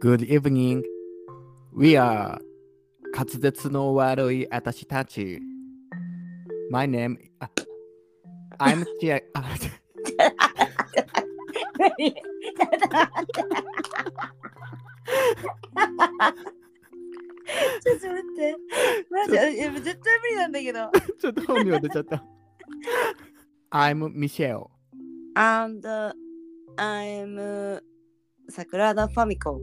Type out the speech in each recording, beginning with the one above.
Good evening. We are 滑舌の悪い私たち。My name. あ I'm Chia. あ何ちょっと待って。ちょっと待って。マジでいや絶対無理なんだけど。 ちょっと本名出ちゃった。I'm Michelle. And I'm Sakurada Famiko.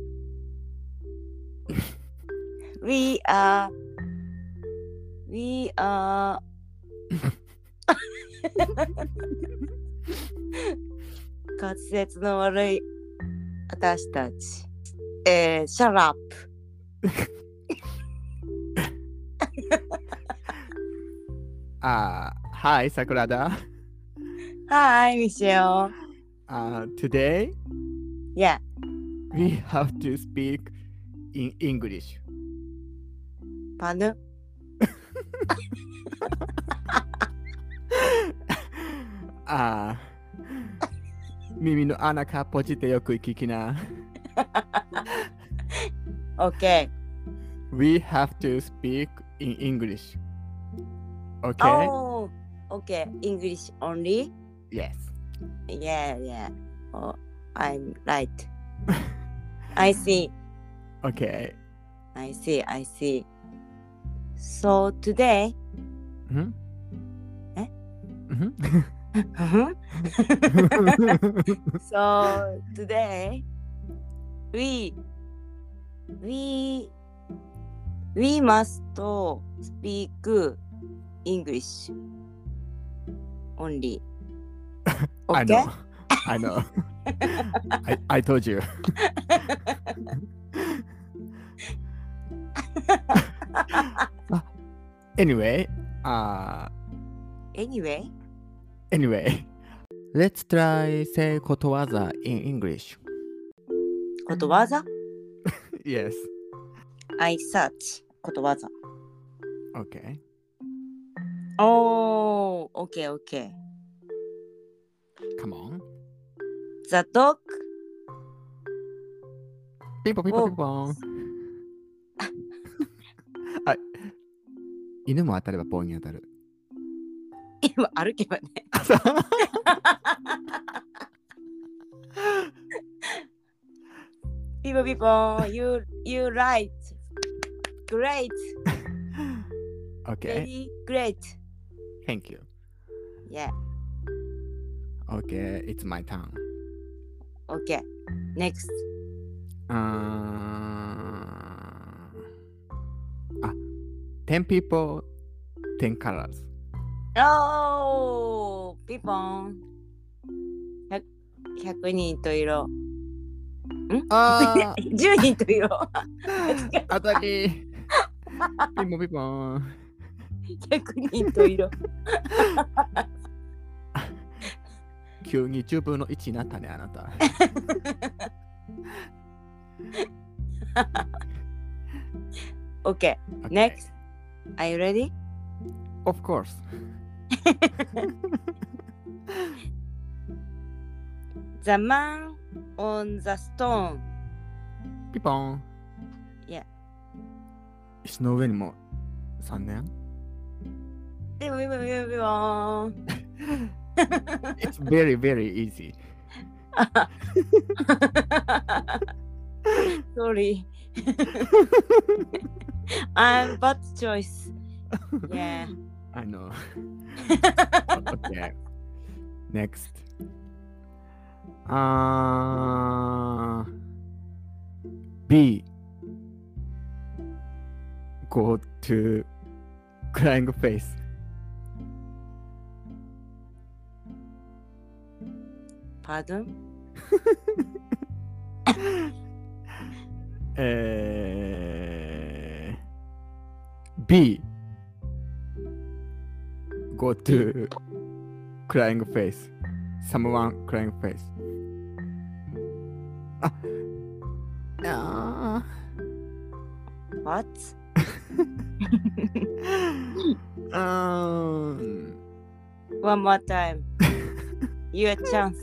We are. We are. 滑舌の悪い私たち。えー、シャラップ。 Ah, hi, Sakurada. Hi, Michelle. Uh, today Yeah. we have to speak in English. パヌ。ああ 耳の穴かっぽじってよく聞きな。 OK。 We have to speak in English. Okay? Oh, okay. English only? Yes. Yeah, yeah. Oh, I'm right. I see. Okay. I see. I see. So today, んえ ん Uh-huh. so today, we, we, we must speak English only. I Okay. know. I know. I, I told you. anyway, uh, Anyway, anyway, let's try say kotowaza in English. ことわざ Yes. I search ことわざ。 Okay. おー、OK、OK。 Come on. The dog Ping pong, ping pong, ping pong. あ犬も当たれば棒に当たる。 今歩けばね。ピボピボ ー、You, you right. Great, okay. very great. Thank you. Yeah, Okay. It's my turn. OK. Next. うーんあ、10 people, 10 colors. Oh, ピボン。100 100人と 色。 あ10人と色。ー、当たり。ピンポンピンポン。 100人と色。急に10分の1になったね、あなた。 OK. Okay. Next. Are you ready? Of course. The man on the stone. ピンポン。 Yeah. 石の上にも3年ピボピボピボピボー ン。 It's very, very easy. Sorry. I'm bad choice. Yeah. I know. okay. Next. Uh, B. Go to crying face. Pardon? えー、B. Go to crying face. Someone crying face. あ あ What? ーうーん。 One more time. Your chance.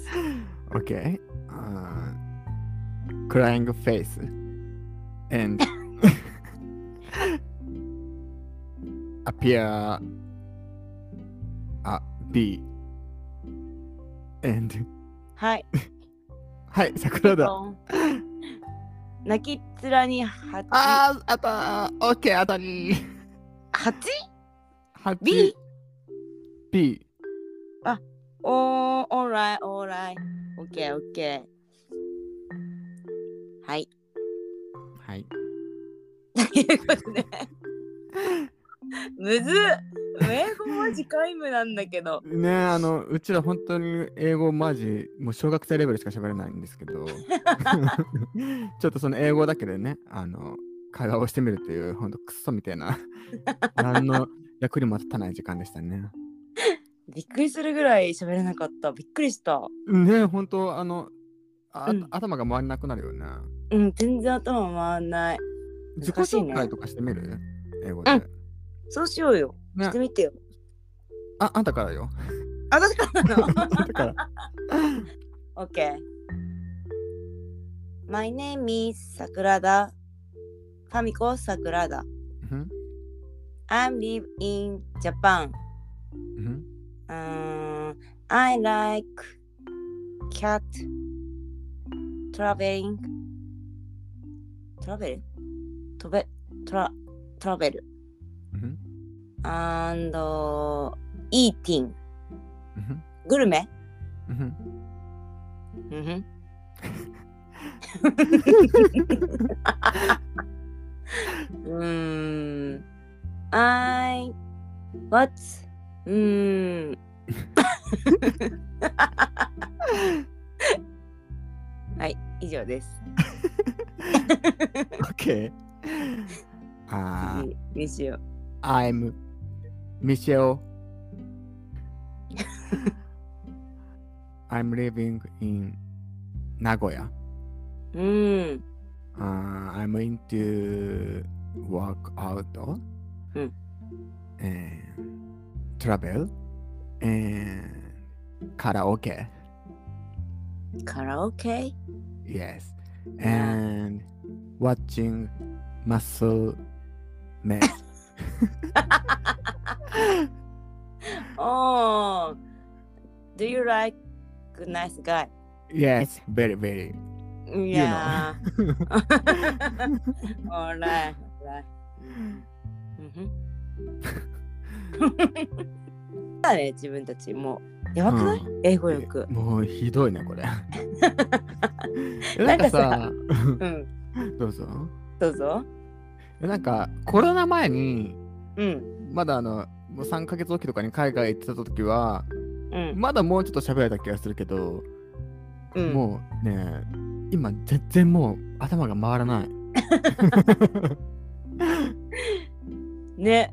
Okay. あー crying uh, face. and appear a B and はい。はい桜だポン泣きっ面に蜂。あーあたオッケーあたり蜂8 B B おー、オーライ、オーライ。オッケー、オッケー。はい。はいということで。むずっ英語マジ皆無なんだけど。ねえあのうちら本当に英語マジもう小学生レベルしか喋れないんですけ どちょっとその英語だけでねあの会話をしてみるという本当クソみたい な何の役にも立たない時間でしたねびっくりするぐらい喋れなかった。びっくりした。ねえ本当あのあ、うん頭が回りなくなるよねうん、全然頭回んない。自己難しいね紹介とかしてみる、英語で、うんそうしようよ。ねしてみてよ。ああんたからよあ、確かなのあんたから Okay. My name is Sakurada. Famiko Sakurada. うん、 I live in Japan. うん、 Um, I like cat traveling. Travel? Travel? Tra- travel. うん、 And uh, eating. うん、グルメうんうんふんうーん。I what? うーん。はい、以上です。 OK あー次にしよう。 I'm Michelle. I'm living in Nagoya. うーん。 Uh, I'm into work out Mm. and travel and karaoke. カラオケ Yes. And watching muscle men. おー Do you like nice guy? yes, very, very. Yeah. Alright. Alright. だね自分たちもうやばくない、う英語力えもうひどいねこ れえななんんかかささうんどうぞどうぞえなんかコロナ前にうんまだあのもう3ヶ月おきとかに海外行ってた時はうんまだもうちょっと喋れた気がするけど、うんもうね今全然もう頭が回らないね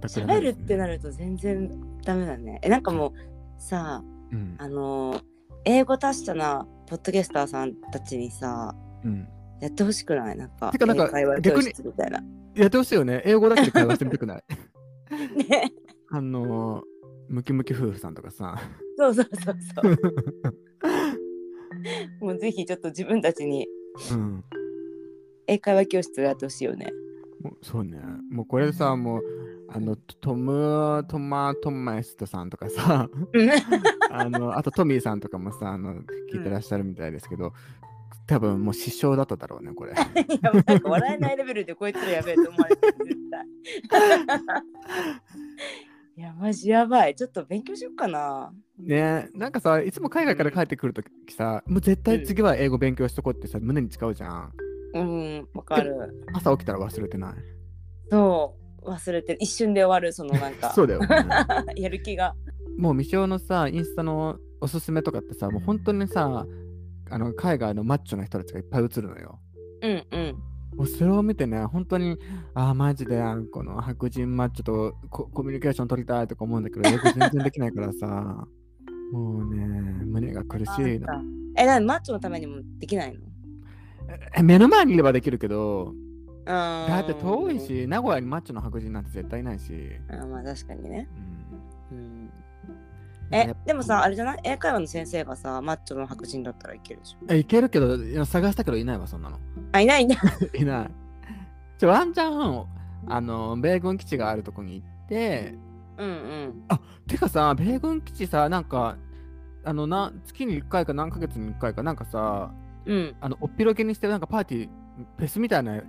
全くやらな喋いでるっすねてなると全然ダメだねえなんかもうさうんあのー英語達者なポッドキャスターさんたちにさうんやってほしくないなんかてかなんか英会話教室みたいなやってほしいよね英語だけで会話してみたくない ねあのムキムキ夫婦さんとかさそうそうそう そうもうぜひちょっと自分たちにうん英会話教室やってほしいよ ねもうそうね。もうこれさ、もう、あの、トトム、トマ、トマエストさんとか さ、うんあの、あとトミーさんとかもさ、あの、聞いてらっしゃるみたいですけど、多分もう師匠だっただろう ね、これ。いやなんか笑えないレベルでこいつらやべえと思われてる絶対。 いやマジやばい。ちょっと勉強しようかな。ねなんかさ、いつも海外から帰ってくるときさ、もう絶対次は英語勉強しとこうってさ、胸に誓うじゃん。うんわかる。朝起きたら忘れてない。そう忘れて一瞬で終わるそのなんかそうだよ、 ね。 やる気が。もう、ミシオのさ、インスタのおすすめとかってさ、もう本当にさ、あの、海外のマッチョな人たちがいっぱい映るのよ。うんうんもうそれを見てね、本当に、ああ、マジで、あのこの白人マッチョとココミュニケーション取りたいとか思うんだけど、英語全然できないからさ、もうね、胸が苦しいの。あえなんマッチョのためにもできないの？え目の前にいればできるけど、だだって遠い。し、名古屋にマッチョの白人なんて絶対いないし、あまあ確かにね。うんうんえ、でもさ、あれじゃない英会話の先生がさ、マッチョの白人だったらいけるでしょ。え、いけるけど、いや探したけどいないわ、そんなの。 あ、いないんだ。いない。ちょ、ワンチャン、あの、米軍基地があるとこに行って、うんうん。てかさ、米軍基地さ、なんか、あのな月に1回か何ヶ月に1回かなんかさうん。あのおっぴろげにしてるなんかパーティーフェスみたいなや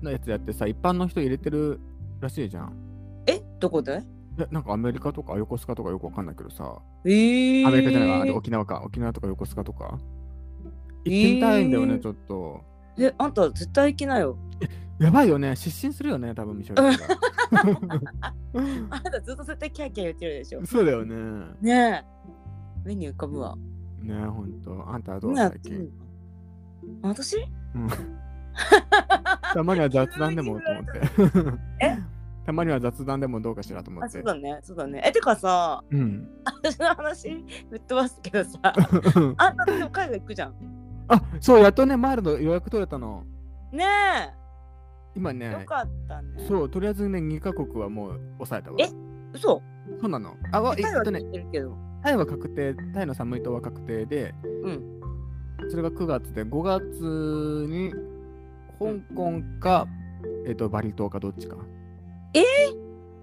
のやつやってさ一般の人入れてるらしいじゃんえ、どこでえなんかアメリカとか横須賀とかよくわかんないけどさえー。アメリカじゃないわ、あれ沖縄か、沖縄とか横須賀とか。行ってみたいんだよね、えーちょっと。え、あんた絶対行きなよ。やばいよね、失神するよね、多分ミシェルさんが。 あんたずっと絶対キャーキャー言ってるでしょ。そうだよね。ねえ。目に浮かぶわ。ねえ、ほんと。あんたはどどううや最ってんの近。私うんたまには雑談でもと思って。え たまには雑談でもどうかしらと思あ、っそてう。だね、そうだね。え、てかさ、うん。私の話 ぶっ飛ばすけどさ、 あんたでも海外行くじゃん。あそう、やっとね、マイルド予約取れたの。ね今え、ねよ、かったね。そう、とりあえずね、2カ国はもう抑えたわ。え嘘そうなの。あ、わえ海っ外とはね行、ってるけど。タイは確定、タイの寒い島は確定で、うん。それが9月で、5月に香港か、えっと、バリ島かどっちか。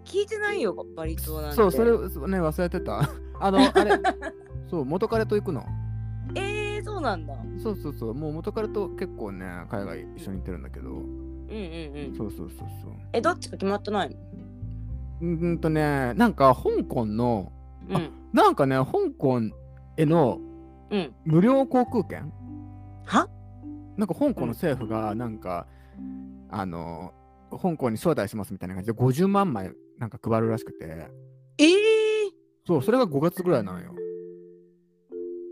聞いてないよ、バリ島なんて。そう、それ。そうね、忘れてた。あの、 あれ、そう、元彼と行くの。えー、そうなんだ。うんそうそうそう、もう元彼と結構ね、海外一緒に行ってるんだけど、うんうん。そうそうそうそう。え、どっちか決まってないのうーんとね、なんか香港の、うん。なんかね、香港へのうん。無料航空券はなんか香港の政府がなんか、あの香港に招待しますみたいな感じで50万枚なんか配るらしくてえー、そうそれが5月ぐらいなのよ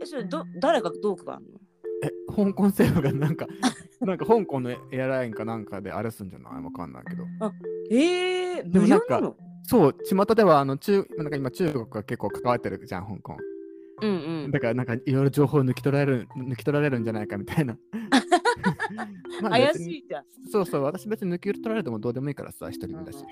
え、それど、誰がどう配るのえ香港政府がなん かなんか香港のエアラインかなんかであれすんじゃないわかんないけどえー、でも無なん料かなのそう巷ではあの中なんか今中国が結構関わってるじゃん香港うんうん。だからなんかいろいろ情報抜き取られる抜き取られるんじゃないかみたい なまあ怪別しにいじゃん。そうそう私別に抜き取られてもどうでもいいからさ一人目だし、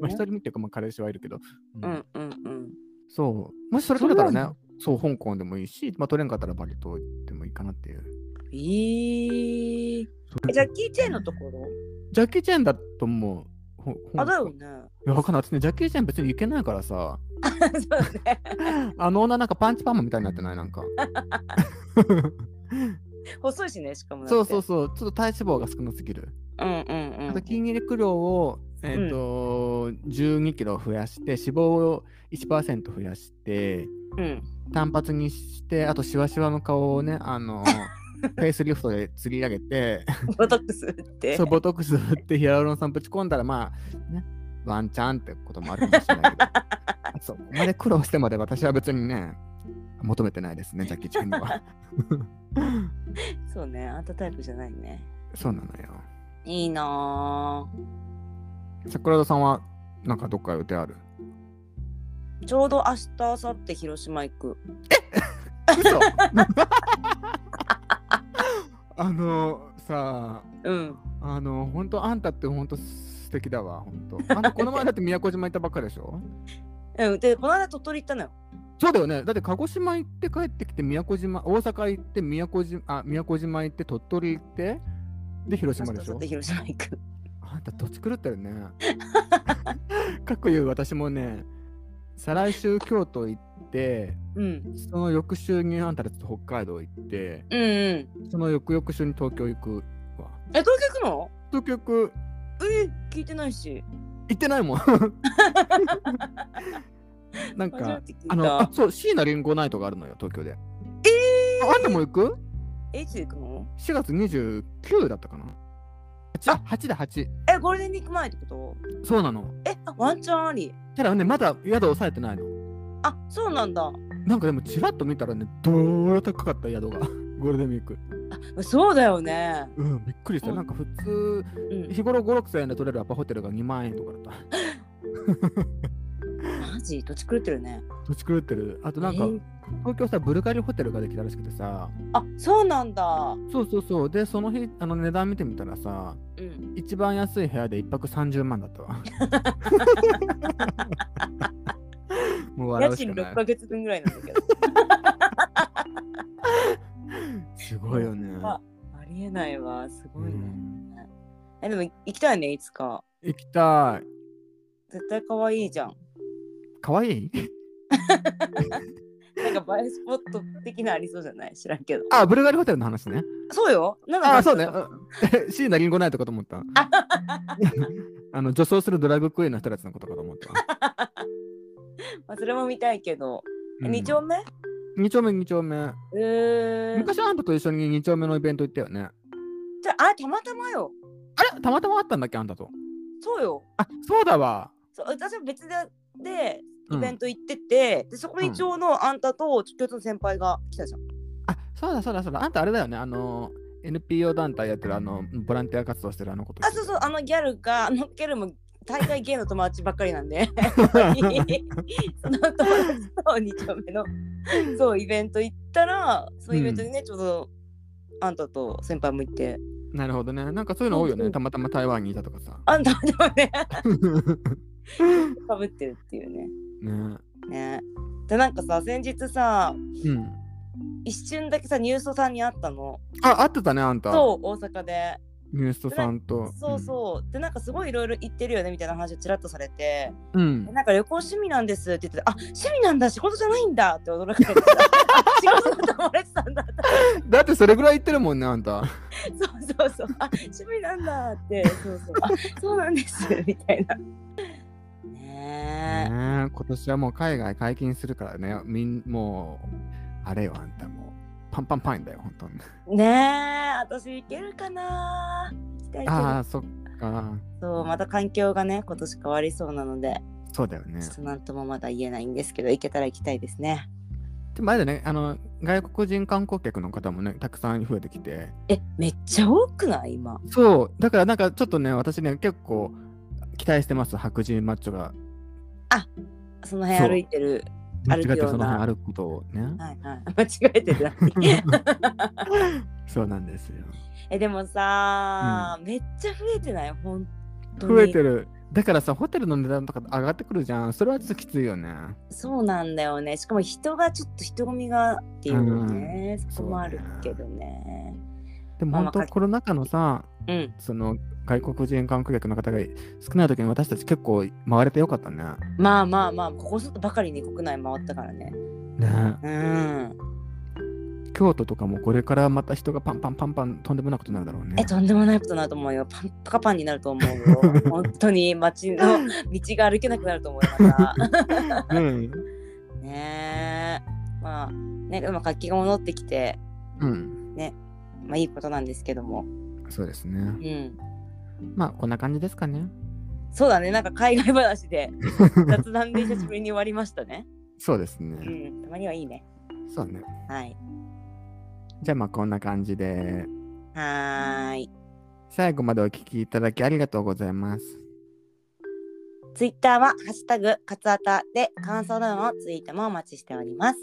まあ一う人目っていうかまあ彼氏はいるけど、うんんうんうん。そう。もしそれ取れたらそうなね、そう、香港でもいいし、まあ、取れんかったらバリ島行ってもいいかなっていう。えー、えじゃあ、キーチェーンのところジャッキー・チェンだと思う。ほあ、だ。ほよんね。 いや、わかんない。私ね、ジャッキー・チェン別に行けないからさ、そうね。あの女なんかパンチパーマみたいになってないなん か。 細いしね、しかもだって。そうそうそう、ちょっと体脂肪が少なすぎる。うんうんうん。あと筋肉量を、えっ、と、12キロ増やして、脂肪を1%増やして、うん。単発にして、あとシワシワの顔をね、あ の、フェイスリフトで釣り上げて、ボトックスって。そう、ボトックス振ってヒアルロン酸ぶち込んだら、まあ、ね、ワンチャンってこともあるかもしれ ないけど、そこまで苦労してまで私は別にね、求めてないですね、ジャッキー・チェンに は。そうね、あんたタイプじゃないね。そうなのよ。いいな桜田さんは、なんかどっか予定あるぁ。ちょうど明日、明後日広島行く。嘘あのさうん。あ、あの、本当あんたって本当素敵だわ、本当。あんたこの前だって宮古島行ったばっかりでし ょうん、で、この間鳥取行ったのよ。そうだよね。だって鹿児島行って帰ってきて、宮古島、大阪行って、宮古島、あ、宮古島行って、鳥取行って、で、広明島日、でし明ょ後日。広島行く。あんた、土地狂ってるね。 かくいう私もね、再来週京都行って、うん。その翌週にあんたたちと北海道行って、うんうん。その翌々週に東京行くわ。え、東京行くの東京行く、え聞いてないし。行ってないもん。 なん初めか、て聞あいの、あた。そう、椎名林檎ナイトがあるのよ、東京で。えあんたも行くえ、いつ行くの ?4 月29だったかな 8, あ8だ8え、ゴールデンウィーク前ってことそうなのえ、あワンチャンあり。ただねまだ宿抑えてないのあ、そうなんだ。なんかでもちらっと見たらねどーら高かった宿が ゴールデンウィークそうだよね。うんびっくりしたうんなんか普通うん。日頃5 6 0円で取れるアパホテルが2万円とかだったマジ土地狂ってるね。土地狂ってるあとなんかえー東京さブルガリホテルができたらしくてさあ、そうなんだ。そうそうそうでその日あの値段見てみたらさうん。一番安い部屋で1泊30万だったわもう笑家うし賃か6ない。ヶ月分ぐらいなんだけど。すごいよね。あありえないわ、すうごいね。んえでも行きたいね、いつか。行きたい。絶対可愛いじゃん。かわいいなんか映えスポット的なありそうじゃない知らんけど。あ、ブルガリホテルの話ね。そうよ。なんかあ、そうね。うん 椎名林檎ないとかと思った。あの、女装するドラッグクイーンの人たちのことかと思った。まあそれも見たいけど。えうん二丁目二丁目、二丁目。えー、昔、アントと一緒に二丁目のイベント行ったよね。じゃあ、あたまたまよ。あれたまたまあったんだっけ、あんたと。そうよ。あ、そうだわ。そう私は別ででうイんベント行ってて、でそこにちょうどあんたと共通の先輩が来たじゃん。あ、そうだそうだそうだ。あんたあれだよね。あの、NPO 団体やってる、あの、ボランティア活動してるあのこと。あ、そうそう、あのギャルが、あのギャルも大会ゲイの友達ばっかりな んで、その友達と二丁目のそうイベント行ったら、そのイベントにね、ちょうどあんたと先輩も行って、なるほどね。なんかそういうの多いよそうそね。うたまたま台湾にいたとか さ。あんたでもね、ね。かぶってるっていうね。ねで、なんかさ、先日さ、うん。一瞬だけさ、ニュースさんに会ったの。あ、合ってたね、あんた。そう、大阪で。ニューストさんと。そうそう、でなんかすごいいろいろ言ってるよねみたいな話をちらっとされて、うん。うんで。なんか旅行趣味なんですって言っててあ趣味なんだ仕事じゃないんだって驚か れて仕事だと思われてたんだってだってそれぐらい言ってるもんね、あん た。そうそうそうあ趣味なんだってそうそうあそうなんですみたいなねねえ今年はもう海外解禁するからね、みんもう、あれよ、あんたもう、パンパンパンだよ、本当に。えねえ私いけるかな行きたいけどああ、そっか。そうまた環境がね今年変わりそうなのでそうだよねちょ。っと何ともまだ言えないんですけど行けたら行きたいですねでもあれだね、あの、外国人観光客の方もね、たくさん増えてきて。えめっちゃ多くない今そう、だからなんかちょっとね、私ね、結構期待してます、白人マッチョが。その辺歩いてる間違歩っくてようなその辺歩くことをね。はいはい、 間違えてるなそうなんですよ。 えでもさ、めっちゃ増えてない本当に増えてる。だからさ、ホテルの値段とか上がってくるじゃん。それはちょっときついよね。そうなんだよねしかも人がちょっと人混みがっていうのね、うんそこもあるけどねでもまあ本当わかるコロナ禍のさ、うんその外国人観光客の方が少ない時に私たち結構回れてよかったね。まあまあまあここずっとばかりに国内回ったからねねうん京都とかもこれからまた人がパンパンパンパンとんでもないことになるだろうえね。とんでもないことになると思うよパンパカパンになると思 うよ本当に街の道が歩けなくなると思いますうん。ねえまあねでも活気が戻ってきてうん。まあいいことなんですけどもそうですねう。んまあこんな感じですかね。そうだね、なんか海外話で雑談で久しぶりに終わりましたね。そうですうね。ん、たまにはいいね。そうね。はい。じゃあまあこんな感じではーい。最後までお聞きいただきありがとうございます。ツイッターはハッシュタグカツアタで感想などのツイートもお待ちしております。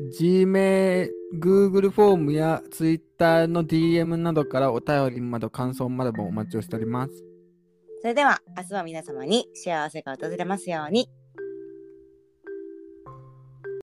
Gmail、Google フォームや Twitter の DM などからお便りなど感想までもお待ちをしております。それでは明日は皆様に幸せが訪れますように。